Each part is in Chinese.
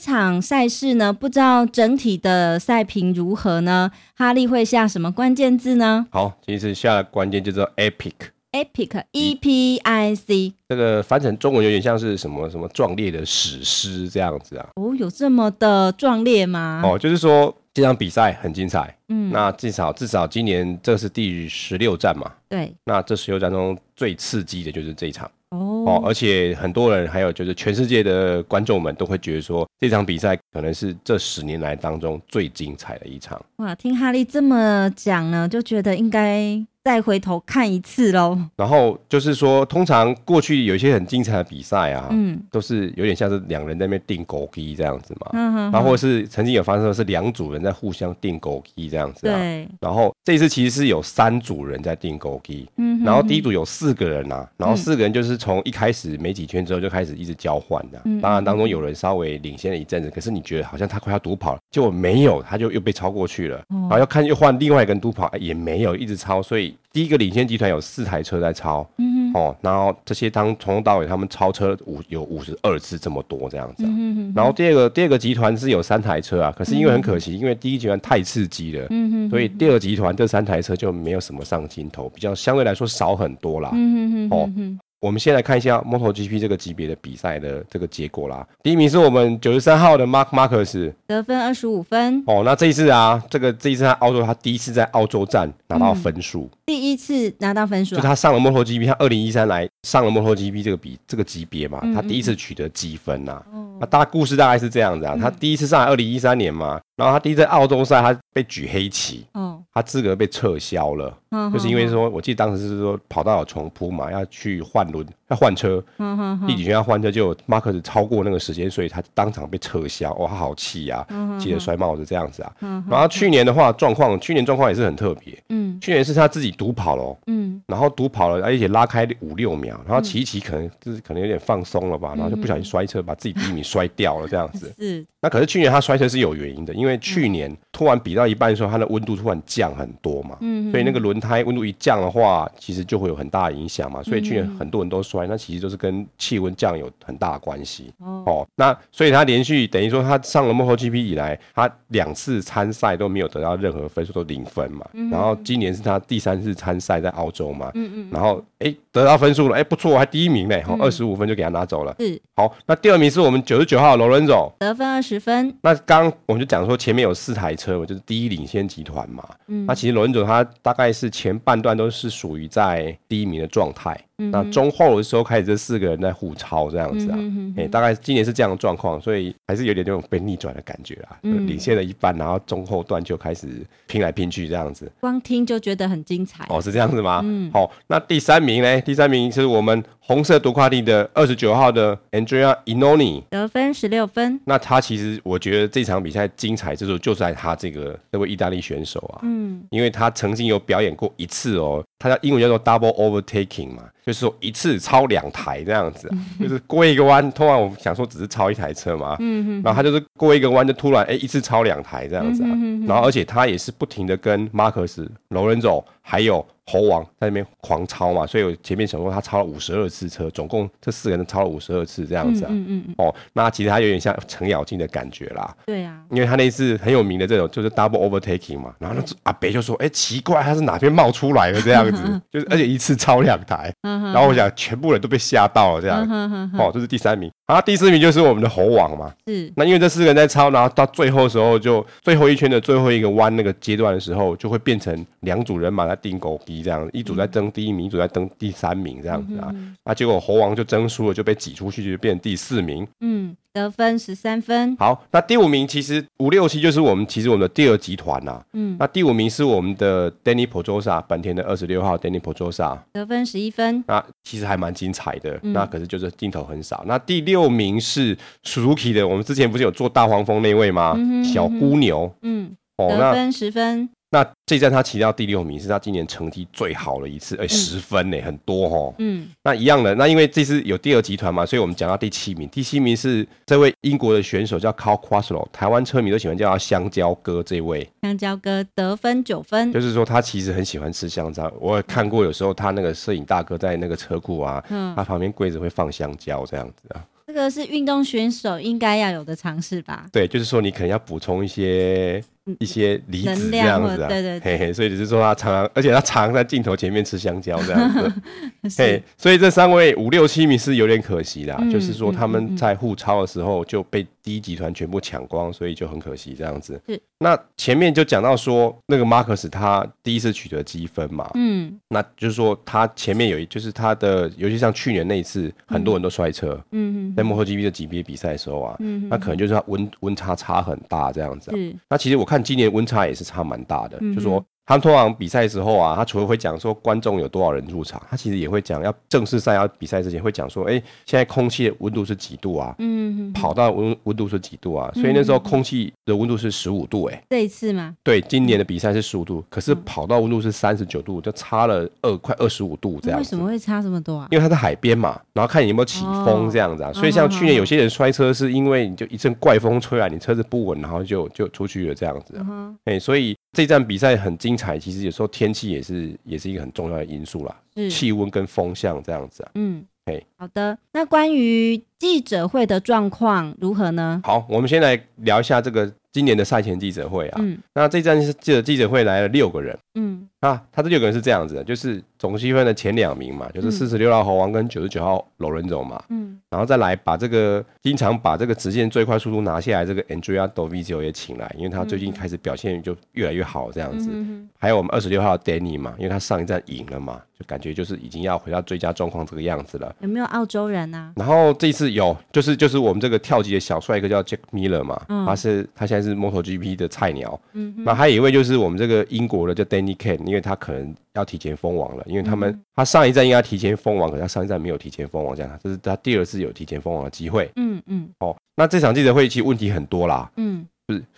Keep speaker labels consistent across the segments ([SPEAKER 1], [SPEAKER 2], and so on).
[SPEAKER 1] 场赛事呢，不知道整体的赛评如何呢？哈利会下什么关键字呢
[SPEAKER 2] 好，其实下的关键就叫 epic，
[SPEAKER 1] ？Epic E P I C
[SPEAKER 2] 这个翻成中文有点像是什么什么壮烈的史诗这样子啊。
[SPEAKER 1] 哦，有这么的壮烈吗？
[SPEAKER 2] 哦，就是说这场比赛很精彩，
[SPEAKER 1] 嗯，
[SPEAKER 2] 那至少至少今年这是第十六战嘛，
[SPEAKER 1] 对，
[SPEAKER 2] 那这十六战中最刺激的就是这一场哦，
[SPEAKER 1] 哦，
[SPEAKER 2] 而且很多人还有就是全世界的观众们都会觉得说这场比赛可能是这十年来当中最精彩的一场。
[SPEAKER 1] 哇，听哈利这么讲呢，就觉得应该再回头看一次喽。
[SPEAKER 2] 然后就是说，通常过去有一些很精彩的比赛啊，
[SPEAKER 1] 嗯，
[SPEAKER 2] 都是有点像是两人在那边定狗踢这样子嘛，
[SPEAKER 1] 嗯哼
[SPEAKER 2] 然后
[SPEAKER 1] 哼
[SPEAKER 2] 或是曾经有发生的是两组人在互相定狗踢这样子啊。
[SPEAKER 1] 对，
[SPEAKER 2] 然后这一次其实是有三组人在定狗踢，
[SPEAKER 1] 嗯哼嗯
[SPEAKER 2] 然后
[SPEAKER 1] 哼
[SPEAKER 2] 第一组有四个人啊，然后四个人就是从一开始没几圈之后就开始一直交换的、
[SPEAKER 1] 嗯
[SPEAKER 2] 当然当中有人稍微领先了一阵子，可是你觉得好像他快要独跑了，结果没有，他就又被超过去了，
[SPEAKER 1] 哦
[SPEAKER 2] 然后要看又换另外一个人独跑，哎也没有，一直超，所以第一个领先集团有四台车在超。
[SPEAKER 1] 嗯哼
[SPEAKER 2] 哦，然后这些当从头到尾他们超车五有五十二次这么多这样子啊、
[SPEAKER 1] 嗯哼哼
[SPEAKER 2] 然后第二个第二个集团是有三台车啊，可是因为很可惜，因为第一集团太刺激了，
[SPEAKER 1] 嗯哼
[SPEAKER 2] 所以第二集团这三台车就没有什么上心头，比较相对来说少很多啦。
[SPEAKER 1] 嗯哼哼
[SPEAKER 2] 哦
[SPEAKER 1] 哼哼
[SPEAKER 2] 我们先来看一下 MotoGP 这个级别的比赛的这个结果啦。第一名是我们九十三号的 Mark Marcus
[SPEAKER 1] 得分二十五分，
[SPEAKER 2] 哦，那这一次啊，这个这一次在澳洲，他第一次在澳洲站拿
[SPEAKER 1] 嗯
[SPEAKER 2] 到分数，
[SPEAKER 1] 第一次拿到分数
[SPEAKER 2] 就
[SPEAKER 1] 啊，
[SPEAKER 2] 他上了 MotoGP，他二零一三来上了 MotoGP 这个比这个级别嘛
[SPEAKER 1] 嗯，
[SPEAKER 2] 他第一次取得积分呐、那大故事大概是这样子啊，他第一次上来二零一三年嘛，然后他第一次在澳洲赛他被举黑旗，
[SPEAKER 1] 哦，
[SPEAKER 2] 他资格被撤销了。
[SPEAKER 1] 哦
[SPEAKER 2] 就是因为，说，我记得当时是说跑道有重铺嘛，要去换轮，要换车，
[SPEAKER 1] 哦哦哦
[SPEAKER 2] 第几圈要换车，就有马克斯超过那个时间，所以他当场被撤销，哇，他好气呀、
[SPEAKER 1] 嗯
[SPEAKER 2] 啊，记得摔帽子这样子啊。
[SPEAKER 1] 嗯
[SPEAKER 2] 然后去年的话状况，去年状况也是很特别，
[SPEAKER 1] 嗯
[SPEAKER 2] 去年是他自己独跑喽，
[SPEAKER 1] 嗯
[SPEAKER 2] 然后独跑了，而且拉开五六秒，然后骑一骑可能就是可能有点放松了吧，然后就不小心摔车，把自己第一名摔掉了这样子。
[SPEAKER 1] 是，
[SPEAKER 2] 那可是去年他摔车是有原因的，因为去年突然比到一半的时候，它的温度突然降很多嘛，
[SPEAKER 1] 嗯
[SPEAKER 2] 所以那个轮胎温度一降的话，其实就会有很大的影响
[SPEAKER 1] 嗯
[SPEAKER 2] 嘛。所以去年很多人都摔，那其实就是跟气温降有很大的关系。
[SPEAKER 1] 哦
[SPEAKER 2] 哦，那所以他连续等于说他上了 MotoGP 以来，他两次参赛都没有得到任何分数，都零分嘛。然后今年是他第三次参赛在澳洲嘛，
[SPEAKER 1] 嗯嗯嗯嗯
[SPEAKER 2] 然后诶得到分数了，诶不错，还第一名嘞，好二十五分就给他拿走了。
[SPEAKER 1] 是
[SPEAKER 2] 好，那第二名是我们九十九号罗伦佐。
[SPEAKER 1] 得分二十分，
[SPEAKER 2] 那刚我们就讲说前面有四台车嘛，就是第一领先集团嘛。
[SPEAKER 1] 嗯
[SPEAKER 2] 那其实罗恩佐他大概是前半段都是属于在第一名的状态，那中后的时候开始这四个人在互超这样子啊。
[SPEAKER 1] 嗯嗯
[SPEAKER 2] 哎、大概今年是这样的状况，所以还是有点那种被逆转的感觉啦。就
[SPEAKER 1] 嗯
[SPEAKER 2] 领先了一半，然后中后段就开始拼来拼去这样子。
[SPEAKER 1] 光听就觉得很精彩，
[SPEAKER 2] 哦，是这样子吗？
[SPEAKER 1] 嗯
[SPEAKER 2] 好、那第三名呢？第三名是我们红色独跨地的二十九号的 Andrea Inoni。
[SPEAKER 1] 得分十六分，
[SPEAKER 2] 那他其实，我觉得这场比赛精彩之处就在他这个那位意大利选手啊，
[SPEAKER 1] 嗯
[SPEAKER 2] 因为他曾经有表演过一次哦，他叫英文叫做 double overtaking 嘛，就是说一次超两台这样子啊、就是过一个弯，通常我们想说只是超一台车嘛，
[SPEAKER 1] 嗯
[SPEAKER 2] 然后他就是过一个弯就突然哎一次超两台这样子啊，
[SPEAKER 1] 嗯
[SPEAKER 2] 然后而且他也是不停的跟马克思、罗伦佐还有猴王在那边狂超嘛，所以我前面想说他超了五十二次车，总共这四个人都超了五十二次这样
[SPEAKER 1] 嗯
[SPEAKER 2] 子啊。
[SPEAKER 1] 嗯嗯嗯，
[SPEAKER 2] 哦，那其实他有点像程咬金的感觉啦，
[SPEAKER 1] 对啊，
[SPEAKER 2] 因为他那次很有名的这种就是 double overtaking 嘛，然后那阿北就说：“哎、奇怪，他是哪边冒出来的这样子？就是而且一次超两台。”然后我想全部人都被吓到了这样。
[SPEAKER 1] 嗯哼嗯哼哼，
[SPEAKER 2] 哦，这是第三名，然后第四名就是我们的猴王嘛。
[SPEAKER 1] 是，
[SPEAKER 2] 那因为这四个人在超，然后到最后的时候就最后一圈的最后一个弯那个阶段的时候，就会变成两组人马在定狗逼这样，一组在争第一名，一组在争第三名这样子啊。那结果猴王就争输了，就被挤出去，就变成第四名。
[SPEAKER 1] 嗯，得分十三分，
[SPEAKER 2] 好，那第五名其实五六七就是我们其实我们的第二集团呐、啊
[SPEAKER 1] 嗯
[SPEAKER 2] 那第五名是我们的 Danny Pedrosa，本田的二十六号 Danny Pedrosa，
[SPEAKER 1] 得分十一分，
[SPEAKER 2] 那其实还蛮精彩的。
[SPEAKER 1] 嗯
[SPEAKER 2] 那可是就是镜头很少。那第六名是 Suzuki 的，我们之前不是有做大黄蜂那位吗？小姑牛
[SPEAKER 1] 嗯，
[SPEAKER 2] 哦，
[SPEAKER 1] 得
[SPEAKER 2] 那
[SPEAKER 1] 分十分，
[SPEAKER 2] 那这一站他骑到第六名，是他今年成绩最好的一次，哎、十分呢、很多哦。
[SPEAKER 1] 嗯
[SPEAKER 2] 那一样的，那因为这次有第二集团嘛，所以我们讲到第七名。第七名是这位英国的选手叫 Carl Quaslow，台湾车迷都喜欢叫他香蕉哥这位。
[SPEAKER 1] 香蕉哥得分九分
[SPEAKER 2] 就，是说他其实很喜欢吃香蕉，我也看过，有时候他那个摄影大哥在那个车库啊，
[SPEAKER 1] 嗯
[SPEAKER 2] 他旁边柜子会放香蕉这样子啊。
[SPEAKER 1] 这这个是运动选手应该要有的尝试吧？
[SPEAKER 2] 对，就是说你可能要补充一些一些离子
[SPEAKER 1] 嗯能
[SPEAKER 2] 这
[SPEAKER 1] 量
[SPEAKER 2] 样
[SPEAKER 1] 或
[SPEAKER 2] 子啊，
[SPEAKER 1] 对对对
[SPEAKER 2] 嘿嘿，所以只是说他常常，而且他常常在镜头前面吃香蕉这样子，嘿
[SPEAKER 1] 是，
[SPEAKER 2] 所以这三位五六七名是有点可惜啦，
[SPEAKER 1] 嗯
[SPEAKER 2] 就是说他
[SPEAKER 1] 嗯嗯
[SPEAKER 2] 们
[SPEAKER 1] 嗯
[SPEAKER 2] 在互超的时候就被第一集团全部抢光，所以就很可惜这样子
[SPEAKER 1] 是。
[SPEAKER 2] 那前面就讲到说，那个马克思他第一次取得积分嘛，
[SPEAKER 1] 嗯
[SPEAKER 2] 那就是说他前面有一，就是他的，尤其像去年那一次，很多人都摔车，
[SPEAKER 1] 嗯嗯
[SPEAKER 2] 在幕后 GP 的级别比赛的时候啊，
[SPEAKER 1] 嗯，
[SPEAKER 2] 那可能就是他温温差差很大这样子、啊。
[SPEAKER 1] 是
[SPEAKER 2] 那其实我看今年温差也是差蛮大的，
[SPEAKER 1] 嗯
[SPEAKER 2] 就说他们通常比赛的时候啊，他除了会讲说观众有多少人入场，他其实也会讲要正式赛要比赛之前会讲说，哎、现在空气的温度是几度啊？
[SPEAKER 1] 嗯，
[SPEAKER 2] 跑道温温度是几度啊？所以那时候空气的温度是十五度、诶哎，
[SPEAKER 1] 这一次嘛，
[SPEAKER 2] 对，今年的比赛是十五度，
[SPEAKER 1] 嗯
[SPEAKER 2] 可是跑道温度是三十九度，就差了二快二十五度这样
[SPEAKER 1] 为
[SPEAKER 2] 子
[SPEAKER 1] 什。么会差这么多啊？
[SPEAKER 2] 因为它在海边嘛，然后看你有没有起风这样子啊。
[SPEAKER 1] 哦
[SPEAKER 2] 所以像去
[SPEAKER 1] 嗯
[SPEAKER 2] 年有些人摔车，是因为你就一阵怪风吹来，你车子不稳，然后就就出去了这样子、啊。
[SPEAKER 1] 嗯
[SPEAKER 2] 哎、所以这站比赛很精彩，其实有时候天气也是也是一个很重要的因素啦，
[SPEAKER 1] 哼，是，
[SPEAKER 2] 气温跟风向这样子啊。
[SPEAKER 1] 嗯
[SPEAKER 2] 嘿，
[SPEAKER 1] 好的。那关于记者会的状况如何呢？
[SPEAKER 2] 好，我们先来聊一下这个今年的赛前记者会啊。
[SPEAKER 1] 嗯
[SPEAKER 2] 那这站是记者记者会来了六个人。
[SPEAKER 1] 嗯
[SPEAKER 2] 啊，他这六个人是这样子的，就是总积分的前两名嘛，就是
[SPEAKER 1] 嗯
[SPEAKER 2] 四十六号猴王跟九十九号楼人总嘛，
[SPEAKER 1] 嗯
[SPEAKER 2] 然后再来把这个经常把这个直线最快速度拿下来这个 Andrea Dovizio 也请来，因为他最近开始表现就越来越好这样子。
[SPEAKER 1] 嗯
[SPEAKER 2] 还有我们二十六号的 Danny 嘛，因为他上一站赢了嘛，就感觉就是已经要回到最佳状况这个样子了。
[SPEAKER 1] 哼，有没有澳洲人啊？
[SPEAKER 2] 然后这一次有，就是就是我们这个跳级的小帅哥叫 Jack Miller 嘛，
[SPEAKER 1] 嗯
[SPEAKER 2] 他是他现在是 MotoGP 的菜鸟。
[SPEAKER 1] 嗯哼，
[SPEAKER 2] 那还有一位就是我们这个英国的叫 Danny Kane，因为他可能要提前封王了，因为他们、
[SPEAKER 1] 嗯
[SPEAKER 2] 他上一站应该提前封王，可是他上一站没有提前封王，这样这是他第二次有提前封王的机会
[SPEAKER 1] 嗯嗯
[SPEAKER 2] 哦。那这场记者会其实问题很多啦，
[SPEAKER 1] 嗯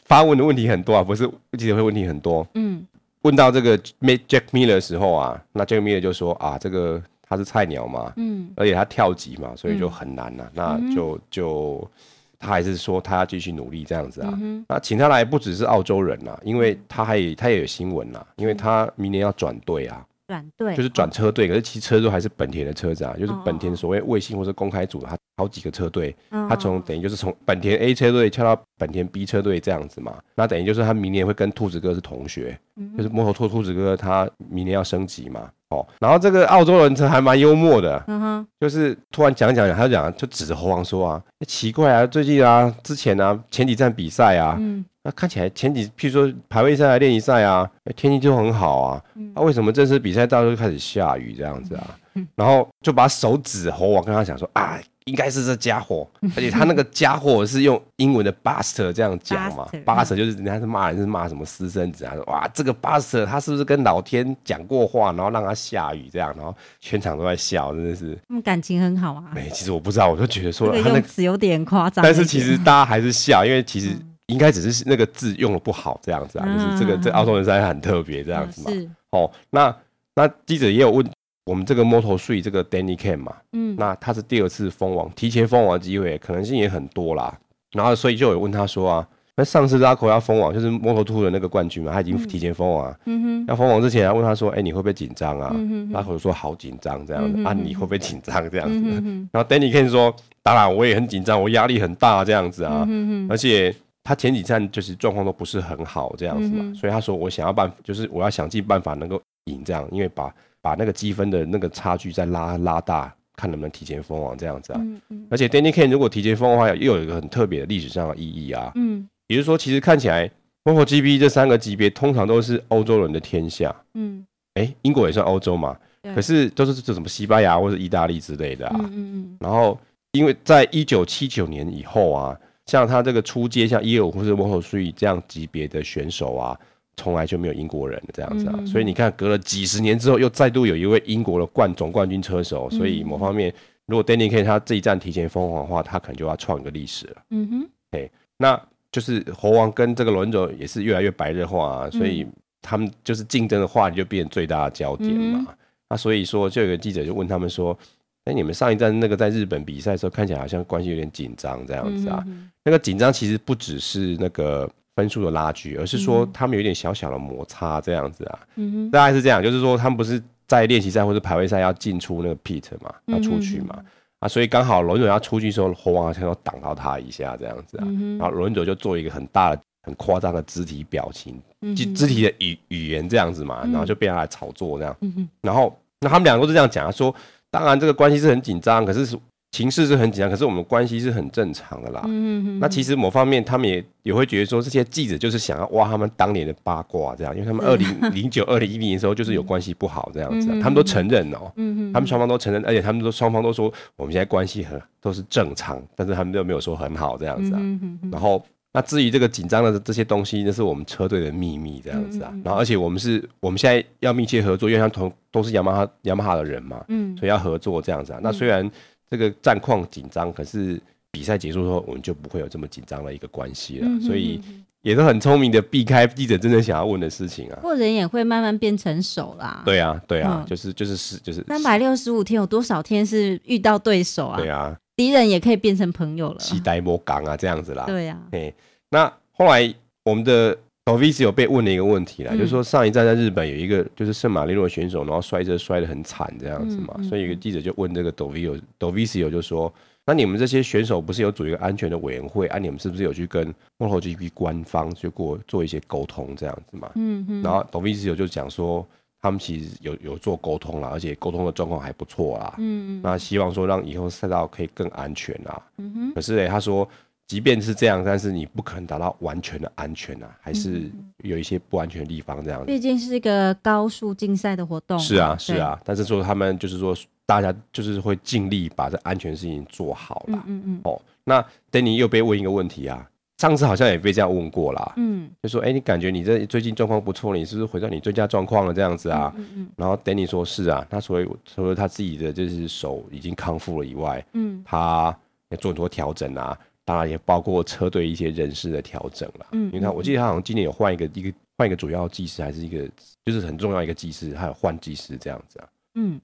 [SPEAKER 2] 发问的问题很多啊，不是记者会问题很多。
[SPEAKER 1] 嗯
[SPEAKER 2] 问到这个 Ma- Jack Miller 的时候啊，那 Jack Miller 就说啊，这个他是菜鸟嘛，
[SPEAKER 1] 嗯
[SPEAKER 2] 而且他跳级嘛，所以就很难呐、那就就他还是说他要继续努力这样子啊。
[SPEAKER 1] 嗯哼，
[SPEAKER 2] 那请他来不只是澳洲人啦、啊因为他还他也有新闻啦、因为他明年要转队啊，
[SPEAKER 1] 转队
[SPEAKER 2] 就是转车队，可是其实车队还是本田的车子啊，就是
[SPEAKER 1] 哦哦
[SPEAKER 2] 本田所谓卫星或是公开组，他好几个车队，
[SPEAKER 1] 哦，
[SPEAKER 2] 他从等于就是从本田 A 车队跳到本田 B 车队这样子嘛，那等于就是他明年会跟兔子哥是同学，就是摩托兔兔子哥他明年要升级嘛，哦，然后这个澳洲人他还蛮幽默的，
[SPEAKER 1] 嗯哼
[SPEAKER 2] 就是突然讲一讲，他就讲就指着猴王说啊，欸奇怪啊，最近啊，之前啊，前几站比赛啊，
[SPEAKER 1] 嗯
[SPEAKER 2] 那看起来前几，譬如说排位赛啊、练习赛啊，哎天气就很好啊，
[SPEAKER 1] 嗯
[SPEAKER 2] 那、为什么这次比赛到时候就开始下雨这样子啊？然后就把手指猴王跟他讲说啊，应该是这 家伙，而且他那个家伙是用英文的 buster 这样讲嘛
[SPEAKER 1] Buster 嗯
[SPEAKER 2] ，buster 就是人家是骂人是骂什么私生子啊，说哇这个 buster 他是不是跟老天讲过话，然后让他下雨这样，然后全场都在笑，真的是，
[SPEAKER 1] 他们感情很好啊
[SPEAKER 2] 哎、。其实我不知道，我就觉得
[SPEAKER 1] 这
[SPEAKER 2] 说啊
[SPEAKER 1] 个
[SPEAKER 2] 他那
[SPEAKER 1] 用词有点夸张了一点，
[SPEAKER 2] 但是其实大家还是笑，因为其实应该只是那个字用的不好这样子啊，就是这个
[SPEAKER 1] 嗯
[SPEAKER 2] 这澳洲人实在很特别这
[SPEAKER 1] 这
[SPEAKER 2] 样子嘛。
[SPEAKER 1] 嗯是
[SPEAKER 2] 哦，那那记者也有问我们这个 Moto Three 这个 Danny Cam 嘛，
[SPEAKER 1] 嗯
[SPEAKER 2] 那他是第二次封王，提前封王的机会可能性也很多啦。然后所以就有问他说啊，那上次 Zarco 要封王就是 Moto Two 的那个冠军嘛，他已经提前封王啊，
[SPEAKER 1] 嗯哼
[SPEAKER 2] 要封王之前还问他说，哎、你会不会紧张啊？
[SPEAKER 1] 嗯哼
[SPEAKER 2] 拉口就说好紧张这样子、
[SPEAKER 1] 嗯哼
[SPEAKER 2] 啊，你会不会紧张这样子？
[SPEAKER 1] 嗯哼哼
[SPEAKER 2] 然后 Danny Kane 说：“当然，我也很紧张，我压力很大这样子啊，
[SPEAKER 1] 嗯哼
[SPEAKER 2] 而且他前几站就是状况都不是很好这样子嘛，
[SPEAKER 1] 嗯哼
[SPEAKER 2] 所以他说我想要办，就是我要想尽办法能够赢这样，因为把把那个积分的那个差距再拉拉大，看能不能提前封王这样子啊。
[SPEAKER 1] 嗯嗯
[SPEAKER 2] 而且 Danny Kane 如果提前封王的话，又有一个很特别的历史上的意义啊，
[SPEAKER 1] 嗯
[SPEAKER 2] 也就是说，其实看起来 MotoGP E 这三个级别通常都是欧洲人的天下，
[SPEAKER 1] 嗯
[SPEAKER 2] 诶，英国也算欧洲嘛，
[SPEAKER 1] 对
[SPEAKER 2] 可是都是这什么西班牙或者意大利之类的啊。
[SPEAKER 1] 嗯嗯
[SPEAKER 2] 然后，因为在一九七九年以后啊，像他这个出街像耶鲁或是 Moto t h 这样级别的选手啊，从来就没有英国人这样子啊。
[SPEAKER 1] 嗯
[SPEAKER 2] 所以你看，隔了几十年之后，又再度有一位英国的冠总冠军车手。所以某方面，如果 Danny K 他这一站提前封王的话，他可能就要创一个历史了。
[SPEAKER 1] 嗯哼
[SPEAKER 2] 那就是猴王跟这个轮轴也是越来越白热化、啊，所以他们就是竞争的话题就变成最大的焦点嘛。那所以说，就有个记者就问他们说：“哎、你们上一站那个在日本比赛的时候，看起来好像关系有点紧张这样子
[SPEAKER 1] 嗯
[SPEAKER 2] 啊？那个紧张其实不只是那个分数的拉锯，而是说他们有点小小的摩擦这样子啊。
[SPEAKER 1] 嗯哼
[SPEAKER 2] 大概是这样，就是说他们不是在练习赛或者排位赛要进出那个 pit 嘛，要出去嘛。啊，啊，所以刚好轮转要出去的时候，猴王好像要挡到他一下这样子啊，
[SPEAKER 1] 嗯
[SPEAKER 2] 然后轮转就做一个很大的、很夸张的肢体表情、
[SPEAKER 1] 哼，
[SPEAKER 2] 肢
[SPEAKER 1] 嗯
[SPEAKER 2] 肢体的语语言这样子嘛，
[SPEAKER 1] 嗯
[SPEAKER 2] 然后就被他来炒作这样。
[SPEAKER 1] 哼，嗯
[SPEAKER 2] 然后那他们两个都是这样讲啊，说当然这个关系是很紧张，可是情势是很紧张，可是我们关系是很正常的啦。
[SPEAKER 1] 哼，嗯哼，
[SPEAKER 2] 啊那其实某方面，他们也也会觉得说，这些记者就是想要挖他们当年的八卦，这样，因为他 们二零零九、二零一零的时候就是有关系不好这样子啊、
[SPEAKER 1] 嗯嗯嗯
[SPEAKER 2] 他们都承认哦、
[SPEAKER 1] 嗯哼，
[SPEAKER 2] 他们双方都承认，而且他们都双方都说我们现在关系很都是正常，但是他们都没有说很好这样子啊。
[SPEAKER 1] 嗯哼嗯哼
[SPEAKER 2] 然后，那至于这个紧张的这些东西，那是我们车队的秘密这样子啊。
[SPEAKER 1] 嗯嗯嗯
[SPEAKER 2] 然后，而且我们是我们现在要密切合作，因为他们同都是雅马哈雅马哈的人嘛，
[SPEAKER 1] 嗯
[SPEAKER 2] 所以要合作这样子啊。那虽然这个战况紧张，可是比赛结束之后，我们就不会有这么紧张的一个关系了。
[SPEAKER 1] 嗯哼
[SPEAKER 2] 所以
[SPEAKER 1] 嗯哼
[SPEAKER 2] 也是很聪明的避开记者真正想要问的事情啊
[SPEAKER 1] 不。过人也会慢慢变成熟啦。，
[SPEAKER 2] 对啊，对啊，
[SPEAKER 1] 嗯
[SPEAKER 2] 就是就是是就是
[SPEAKER 1] 三百六十五天有多少天是遇到对手啊？
[SPEAKER 2] 对啊，
[SPEAKER 1] 敌人也可以变成朋友了。
[SPEAKER 2] 期待莫刚啊这样子啦。
[SPEAKER 1] 对啊，
[SPEAKER 2] 嘿，那后来我们的 d o v i s 有被问了一个问题啦，
[SPEAKER 1] 嗯
[SPEAKER 2] 就是说上一站在日本有一个就是圣马力诺的选手，然后摔车摔得很惨这样子嘛，
[SPEAKER 1] 嗯嗯
[SPEAKER 2] 所以有个记者就问这个 d o v i s d o v i s 就说，那你们这些选手不是有组一个安全的委员会啊？你们是不是有去跟 MotoGP 官方去过做一些沟通这样子嘛？
[SPEAKER 1] 嗯哼，
[SPEAKER 2] 然后 d o v i s 就讲说，他们其实有有做沟通啦，而且沟通的状况还不错啦。
[SPEAKER 1] 嗯
[SPEAKER 2] 那希望说让以后赛道可以更安全啦。
[SPEAKER 1] 嗯哼，
[SPEAKER 2] 可是呢，欸他说，即便是这样，但是你不可能达到完全的安全啊，还
[SPEAKER 1] 嗯
[SPEAKER 2] 是有一些不安全的地方这样子。
[SPEAKER 1] 毕竟是一个高速竞赛的活动。
[SPEAKER 2] 是啊，
[SPEAKER 1] 对
[SPEAKER 2] 是。啊，但是说他们就是说，大家就是会尽力把这安全事情做好啦。
[SPEAKER 1] 嗯嗯嗯
[SPEAKER 2] 哦，那 Danny 又被问一个问题啊，上次好像也被这样问过啦，
[SPEAKER 1] 嗯
[SPEAKER 2] 就说，哎，你感觉你这最近状况不错，你是不是回到你最佳状况了这样子啊？
[SPEAKER 1] 嗯嗯
[SPEAKER 2] 然后 Danny 说是啊，他所以除了他自己的就是手已经康复了以外，
[SPEAKER 1] 嗯
[SPEAKER 2] 他也做很多调整啊，当然也包括车队一些人事的调整啦。
[SPEAKER 1] 嗯
[SPEAKER 2] 因为他我记得他好像今年有换一个一个换一个主要技师，还是一个就是很重要一个技师，他有换技师这样子啊。
[SPEAKER 1] 嗯。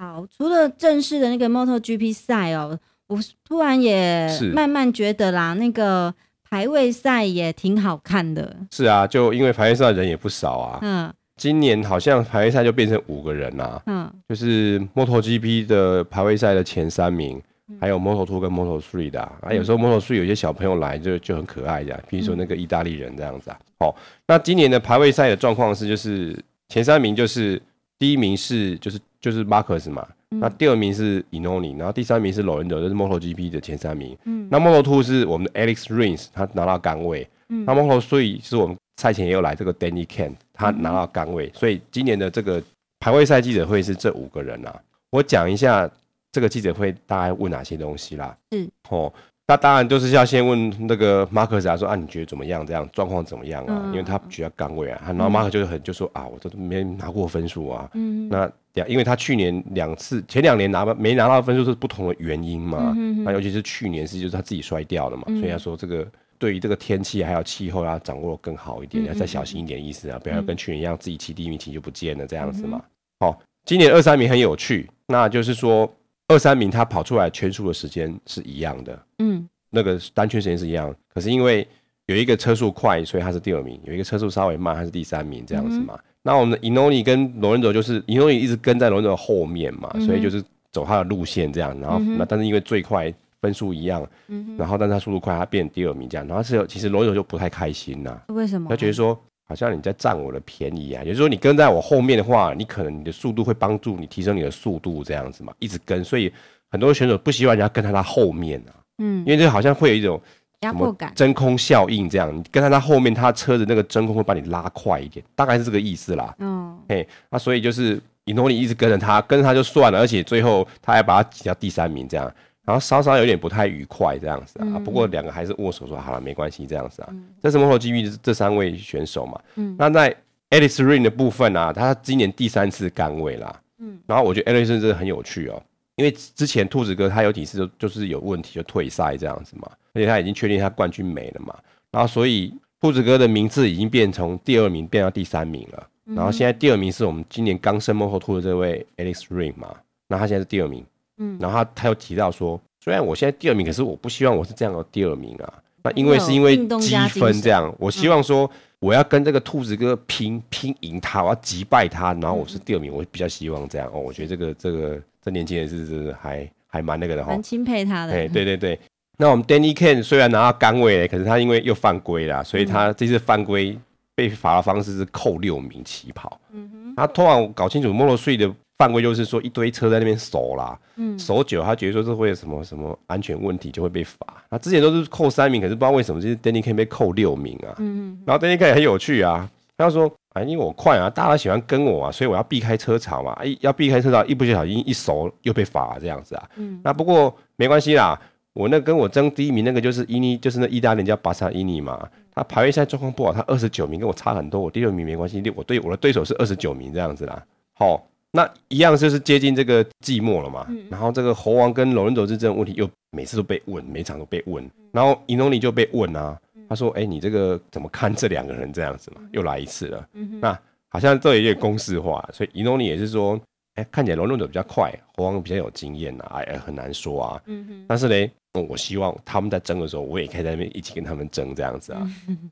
[SPEAKER 1] 好，除了正式的那个 MotoGP 赛哦，我突然也
[SPEAKER 2] 是
[SPEAKER 1] 慢慢觉得啦，那个排位赛也挺好看的。
[SPEAKER 2] 是啊，就因为排位赛人也不少啊，
[SPEAKER 1] 嗯
[SPEAKER 2] 今年好像排位赛就变成五个人啦、啊
[SPEAKER 1] 嗯
[SPEAKER 2] 就是 MotoGP 的排位赛的前三名。还有 Moto Two 跟 Moto Three 的啊，啊有时候 Moto Three 有些小朋友来就就很可爱的啊，比如说那个意大利人这样子啊。好、那今年的排位赛的状况是，就是前三名就是第一名是就是就是 Marcus 嘛，那第二名是 Inoni，然后第三名是 l o r e n d o 就是 Moto GP 的前三名。
[SPEAKER 1] 嗯
[SPEAKER 2] 那 Moto Two 是我们的 Alex Rins，他拿到杆位。
[SPEAKER 1] 嗯
[SPEAKER 2] 那 Moto Three 是我们赛前也有来这个 Danny Can，他拿到杆
[SPEAKER 1] 嗯
[SPEAKER 2] 位。所以今年的这个排位赛记者会是这五个人啊。我讲一下这个记者会大概问哪些东西啦。
[SPEAKER 1] 是
[SPEAKER 2] 哦，那当然就是要先问那个马克斯啊，说啊你觉得怎么样？这样状况怎么样啊？
[SPEAKER 1] 嗯
[SPEAKER 2] 因为他取得杆位啊，然后马克就很就说啊，我都没拿过分数啊。
[SPEAKER 1] 嗯
[SPEAKER 2] 那两，因为他去年两次，前两年拿不没拿到分数是不同的原因嘛。
[SPEAKER 1] 嗯
[SPEAKER 2] 那尤其是去年是就是他自己摔掉了嘛，
[SPEAKER 1] 嗯
[SPEAKER 2] 所以他说这个对于这个天气还有气候要掌握得更好一点，
[SPEAKER 1] 嗯
[SPEAKER 2] 要再小心一点意思啊，不要跟去年一样自己骑第一名骑就不见了这样子
[SPEAKER 1] 嗯
[SPEAKER 2] 嘛。好、今年二三名很有趣，那就是说二三名他跑出来圈数的时间是一样的，
[SPEAKER 1] 嗯
[SPEAKER 2] 那个单圈时间是一样，可是因为有一个车速快，所以他是第二名；有一个车速稍微慢，他是第三名，这样子嘛。嗯那我们的 Inoni 跟罗恩佐就是 Inoni 一直跟在罗恩佐后面嘛，
[SPEAKER 1] 嗯哼
[SPEAKER 2] 所以就是走他的路线这样。然后那、但是因为最快分数一样，
[SPEAKER 1] 嗯
[SPEAKER 2] 然后但是他速度快，他变第二名这样。然后是有其实罗恩佐就不太开心啦、
[SPEAKER 1] 哼，为什么？
[SPEAKER 2] 他觉得说好像你在占我的便宜啊，也就是说你跟在我后面的话，你可能你的速度会帮助你提升你的速度这样子嘛，一直跟，所以很多选手不希望人家跟在他后面啊，
[SPEAKER 1] 嗯
[SPEAKER 2] 因为这好像会有一种。
[SPEAKER 1] 压
[SPEAKER 2] 什
[SPEAKER 1] 迫
[SPEAKER 2] 么
[SPEAKER 1] 感。
[SPEAKER 2] 真空效应这样，你跟在他后面，他车子那个真空会把你拉快一点，大概是这个意思啦。
[SPEAKER 1] 哦，
[SPEAKER 2] 嘿，那所以就是伊诺里一直跟着他，跟着他就算了，而且最后他还把他挤到第三名这样，然后稍稍有点不太愉快这样子啊。啊不过两个还是握手说好了，没关系这样子啊。这是 MotoGP 这三位选手嘛。
[SPEAKER 1] 嗯
[SPEAKER 2] 那在 Alex Rin 的部分啊，他今年第三次杆位啦。
[SPEAKER 1] 嗯，
[SPEAKER 2] 然后我觉得 Alex Rin 真的很有趣哦。因为之前兔子哥他有几次就就是有问题就退赛这样子嘛，而且他已经确定他冠军没了嘛，然后所以兔子哥的名次已经变从第二名变到第三名了，
[SPEAKER 1] 嗯
[SPEAKER 2] 然后现在第二名是我们今年刚升 Moto 兔的这位 Alex Ring 嘛，那他现在是第二名，
[SPEAKER 1] 嗯
[SPEAKER 2] 然后他他又提到说，虽然我现在第二名，可是我不希望我是这样的第二名啊，那因为是因为
[SPEAKER 1] 运动
[SPEAKER 2] 积
[SPEAKER 1] 家精
[SPEAKER 2] 分
[SPEAKER 1] 神
[SPEAKER 2] 这样，我希望说我要跟这个兔子哥拼拼赢他，我要击败他，然后我是第二名，我比较希望这样哦，我觉得这个这个这年轻人是是还还还蛮那个的哈
[SPEAKER 1] 蛮。钦佩他的。
[SPEAKER 2] 哎，对对对。那我们 Danny Ken 虽然拿到杆位，可是他因为又犯规
[SPEAKER 1] 嗯
[SPEAKER 2] 啦，所以他这次犯规被罚的方式是扣六名起跑。嗯他通常搞清楚 m o d e Three 的犯规就是说一堆车在那边守啦，嗯，守久他觉得说这会有什么什么安全问题就会被罚。那之前都是扣三名，可是不知道为什么这次 Danny Ken 被扣六名啊。
[SPEAKER 1] 嗯
[SPEAKER 2] 然后 Danny Ken 也很有趣啊，他说。啊，因为我快啊，大家喜欢跟我啊，所以我要避开车潮嘛。啊一要避开车潮，一不小心一手又被罚、这样子啊。
[SPEAKER 1] 嗯
[SPEAKER 2] 那不过没关系啦，我那跟我争第一名那个就是伊尼，就是那意大利人叫巴萨伊尼嘛。他排位赛状况不好，他二十九名跟我差很多，我第六名没关系，我对我的对手是二十九名这样子啦。好、那一样就是接近这个季末了嘛。然后这个猴王跟龙人走之争的问题又每次都被问，每场都被问。然后伊诺里就被问啊，他说：“哎、你这个怎么看这两个人这样子嘛？”又来一次了。那好像这也有点公式化，所以伊诺里也是说：“哎、看起来龙人走比较快，猴王比较有经验啊，哎、哎很难说啊。”
[SPEAKER 1] 嗯
[SPEAKER 2] 但是呢，嗯我希望他们在争的时候，我也可以在那边一起跟他们争这样子啊。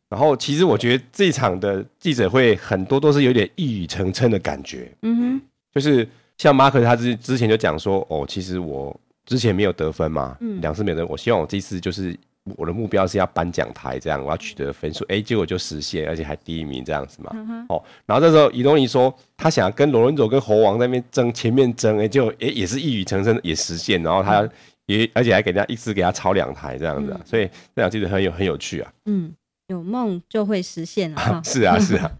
[SPEAKER 2] 然后其实我觉得这一场的记者会很多都是有点一语成谶的感觉，
[SPEAKER 1] 哼，嗯
[SPEAKER 2] 就是像马克他之之前就讲说，哦，其实我之前没有得分嘛，两次没得分，我希望我这次就是。我的目标是要颁奖台，这样我要取得分数，哎、结果就实现，而且还第一名这样子
[SPEAKER 1] 啊
[SPEAKER 2] 嘛。
[SPEAKER 1] 嗯
[SPEAKER 2] 哦，然后这时候伊东尼说他想要跟罗伦佐跟猴王在那边争，前面争，哎、结果哎、也是一语成谶，也实现，然后他也而且还给人家一次给他抄两台这样子、啊，所以这场记者很有很有趣啊。。
[SPEAKER 1] 嗯，有梦就会实现 了哈
[SPEAKER 2] 是啊，是啊。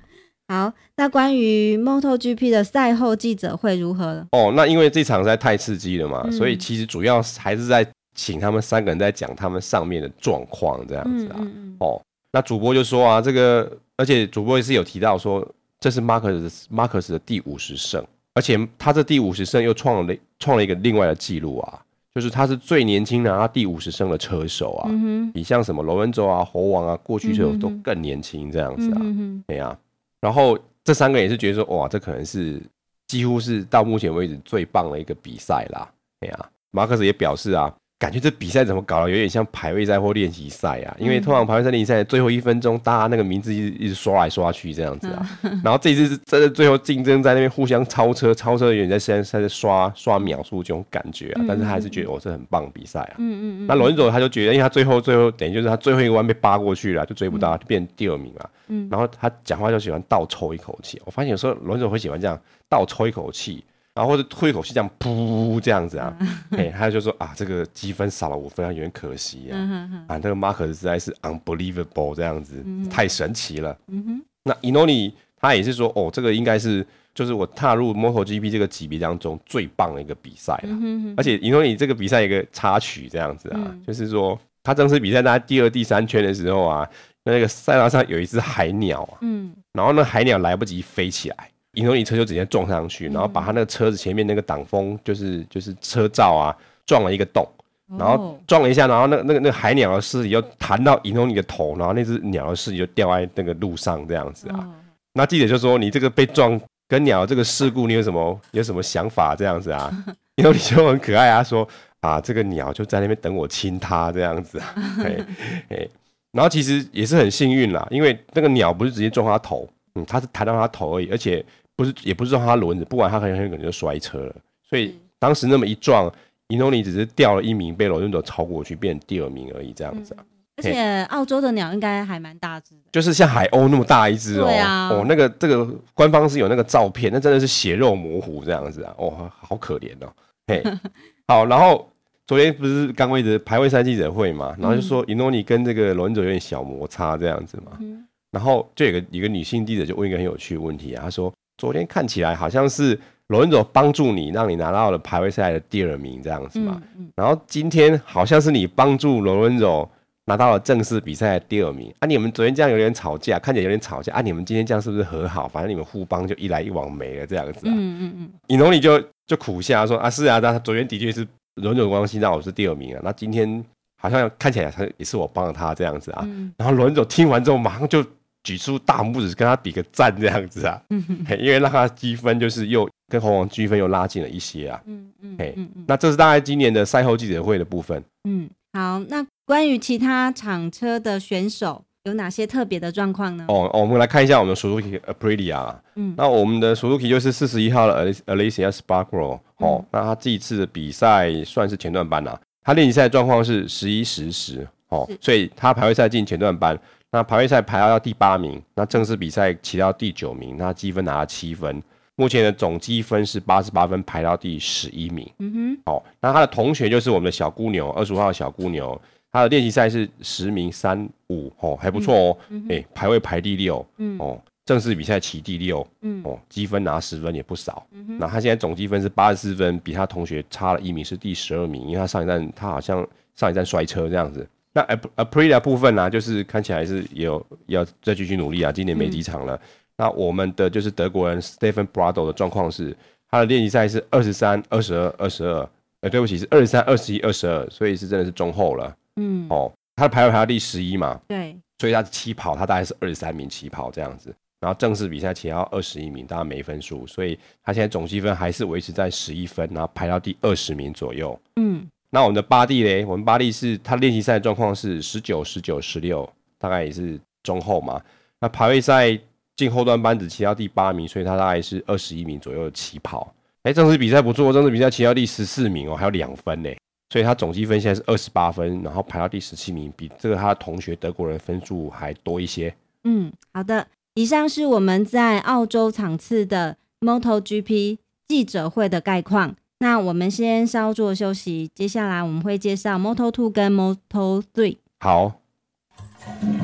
[SPEAKER 1] 好，那关于 MotoGP 的赛后记者会如何了？
[SPEAKER 2] 哦，那因为这场实在太刺激了嘛，所以其实主要还是在请他们三个人在讲他们上面的状况这样子啊。
[SPEAKER 1] 嗯
[SPEAKER 2] 哦，那主播就说啊，这个而且主播也是有提到说，这是 Marcus Marcus 的第五十胜，而且他这第五十胜又创了创了一个另外的记录啊，就是他是最年轻拿到第五十胜的车手啊，
[SPEAKER 1] 嗯
[SPEAKER 2] 比像什么罗文州啊、猴王啊过去车手
[SPEAKER 1] 嗯
[SPEAKER 2] 都
[SPEAKER 1] 哼哼
[SPEAKER 2] 更年轻这样
[SPEAKER 1] 哼，
[SPEAKER 2] 子
[SPEAKER 1] 嗯
[SPEAKER 2] 啊。
[SPEAKER 1] 哼哼，
[SPEAKER 2] 对啊，然后这三个也是觉得说，哇，这可能是几乎是到目前为止最棒的一个比赛啦。对啊，马克思也表示啊，感觉这比赛怎么搞的，有点像排位赛或练习赛啊，因为通常排位赛、练习赛最后一分钟，大家那个名字一直一直刷来刷去这样子啊。 然后这一次是真的最后竞争在那边互相超车，超车的人在现在在刷刷秒数这种感觉啊，但是他还是觉得哦，这很棒的比赛啊。
[SPEAKER 1] 嗯嗯嗯
[SPEAKER 2] 那罗恩佐他就觉得，因为他最后最后等于就是他最后一个弯被扒过去了，就追不到，就变第二名了。
[SPEAKER 1] 嗯
[SPEAKER 2] 然后他讲话就喜欢倒抽一口气，我发现有时候罗恩佐会喜欢这样倒抽一口气，然后或者吐一口气这样噗这样子啊，
[SPEAKER 1] 嗯
[SPEAKER 2] 哎，他就说啊这个积分少了五分啊，有点可惜啊，
[SPEAKER 1] 嗯哼哼，
[SPEAKER 2] 啊那个马克实在是 unbelievable 这样子，太神奇了。
[SPEAKER 1] 嗯哼，
[SPEAKER 2] 那伊诺里他也是说，哦，这个应该是就是我踏入 MotoGP 这个级别当中最棒的一个比赛了。
[SPEAKER 1] 嗯
[SPEAKER 2] 而且伊诺里这个比赛有一个插曲这样子啊，
[SPEAKER 1] 嗯
[SPEAKER 2] 就是说他正式比赛大概第二、第三圈的时候啊，那个赛道上有一只海鸟啊，
[SPEAKER 1] 嗯
[SPEAKER 2] 然后那海鸟来不及飞起来，伊诺里车就直接撞上去，然后
[SPEAKER 1] 嗯
[SPEAKER 2] 把他那个车子前面那个挡风就是就是车罩啊撞了一个洞。
[SPEAKER 1] 哦
[SPEAKER 2] 然后撞了一下，然后那个那个那个海鸟的尸体又弹到伊诺里的头，然后那只鸟的尸体就掉在那个路上这样子啊。
[SPEAKER 1] 哦
[SPEAKER 2] 那记者就说：“你这个被撞跟鸟这个事故，你有什么有什么想法？”这样子啊，然后你就很可爱啊，说：“啊，这个鸟就在那边等我亲它这样子啊。嘿”嘿然后其实也是很幸运啦，因为那个鸟不是直接撞它头，嗯，它是弹到它头而已，而且不是也不是撞它轮子，不管它很很有可能就摔车了。所以当时那么一撞，伊诺里只是掉了一名，被罗顿佐超过去，变第二名而已，这样子啊。
[SPEAKER 1] 而且澳洲的鸟应该还蛮大只的，
[SPEAKER 2] 就是像海鸥那么大一只哦，
[SPEAKER 1] 对啊
[SPEAKER 2] 哦，那个这个官方是有那个照片，那真的是血肉模糊这样子啊，哦，好可怜哦， 嘿，好，然后昨天不是刚位置排位赛记者会嘛，然后就说伊诺尼跟这个罗恩佐有点小摩擦这样子嘛，
[SPEAKER 1] 嗯
[SPEAKER 2] 然后就有个一个女性记者就问一个很有趣的问题啊，她说昨天看起来好像是罗恩佐帮助你，让你拿到了排位赛的第二名这样子嘛，
[SPEAKER 1] 嗯嗯
[SPEAKER 2] 然后今天好像是你帮助罗文柔拿到了正式比赛的第二名啊！你们昨天这样有点吵架，看起来有点吵架啊！你们今天这样是不是和好？反正你们互帮就一来一往没了这样子啊。
[SPEAKER 1] 嗯嗯
[SPEAKER 2] 尹龙里就就苦笑说啊，是啊，他昨天的确是罗文柔关系让我是第二名啊，那今天好像看起来他也是我帮了他这样子啊。
[SPEAKER 1] 嗯
[SPEAKER 2] 然后罗文柔听完之后，马上就举出大拇指跟他比个赞这样子啊，
[SPEAKER 1] 嗯
[SPEAKER 2] 嘿因为让他积分就是又跟猴王积分又拉近了一些啊。
[SPEAKER 1] 嗯嗯
[SPEAKER 2] 嘿
[SPEAKER 1] 嗯嗯
[SPEAKER 2] 那这是大概今年的赛后记者会的部分。
[SPEAKER 1] 嗯，好，那关于其他厂车的选手有哪些特别的状况呢？
[SPEAKER 2] 哦哦，我们来看一下我们的 Suzuki Aprilia。嗯，那我们的 Suzuki 就是四十一号的 Alic- Alicia Sparkle。哦，那他这一次的比赛算是前段班啦、他练习赛的状况是十一十十。哦，所以他排位赛进前段班，那排位赛排到第八名，那正式比赛骑到第九名，那积分拿了七分。目前的总积分是八十八分，排到第十一名。
[SPEAKER 1] 嗯
[SPEAKER 2] 哦，那他的同学就是我们的小姑牛，二十五号的小姑牛，他的练习赛是十名三五，哦，还不错哦，哎、排位排第六，
[SPEAKER 1] 嗯
[SPEAKER 2] 哦，正式比赛骑第六，
[SPEAKER 1] 嗯
[SPEAKER 2] 哦，积分拿十分也不少，那他现在总积分是八十四分，比他同学差了一名，是第十二名，因为他上一站他好像上一站摔车这样子。那 Ap- Aprilia 部分呢、啊就是看起来是也有要再继续努力啊，今年没几场了。
[SPEAKER 1] 嗯
[SPEAKER 2] 那我们的就是德国人 Stephen Brado 的状况是，他的练习赛是二十三、二十二、二十二，呃，对不起，是二十三、二十一、二十二，所以是真的是中后了
[SPEAKER 1] 哼，嗯，
[SPEAKER 2] 哦。他的排位排到第十一嘛，
[SPEAKER 1] 对，
[SPEAKER 2] 所以他起跑他大概是二十三名起跑这样子，然后正式比赛起到二十一名，当然没分数，所以他现在总积分还是维持在十一分，然后排到第二十名左右。
[SPEAKER 1] 嗯
[SPEAKER 2] 那我们的巴蒂嘞，我们巴蒂是他练习赛的状况是十九、十九、十六，大概也是中后嘛。那排位赛进后段班只骑到第八名，所以他大概是二十一名左右的起跑。哎，正式比赛不错，正式比赛骑到第十四名哦，还有两分呢。所以他总积分现在是二十八分，然后排到第十七名，比这个他的同学德国人分数还多一些。
[SPEAKER 1] 嗯，好的。以上是我们在澳洲场次的 MotoGP 记者会的概况。那我们先稍作休息，接下来我们会介绍 Moto Two 跟 Moto Three。
[SPEAKER 2] 好，
[SPEAKER 3] Moto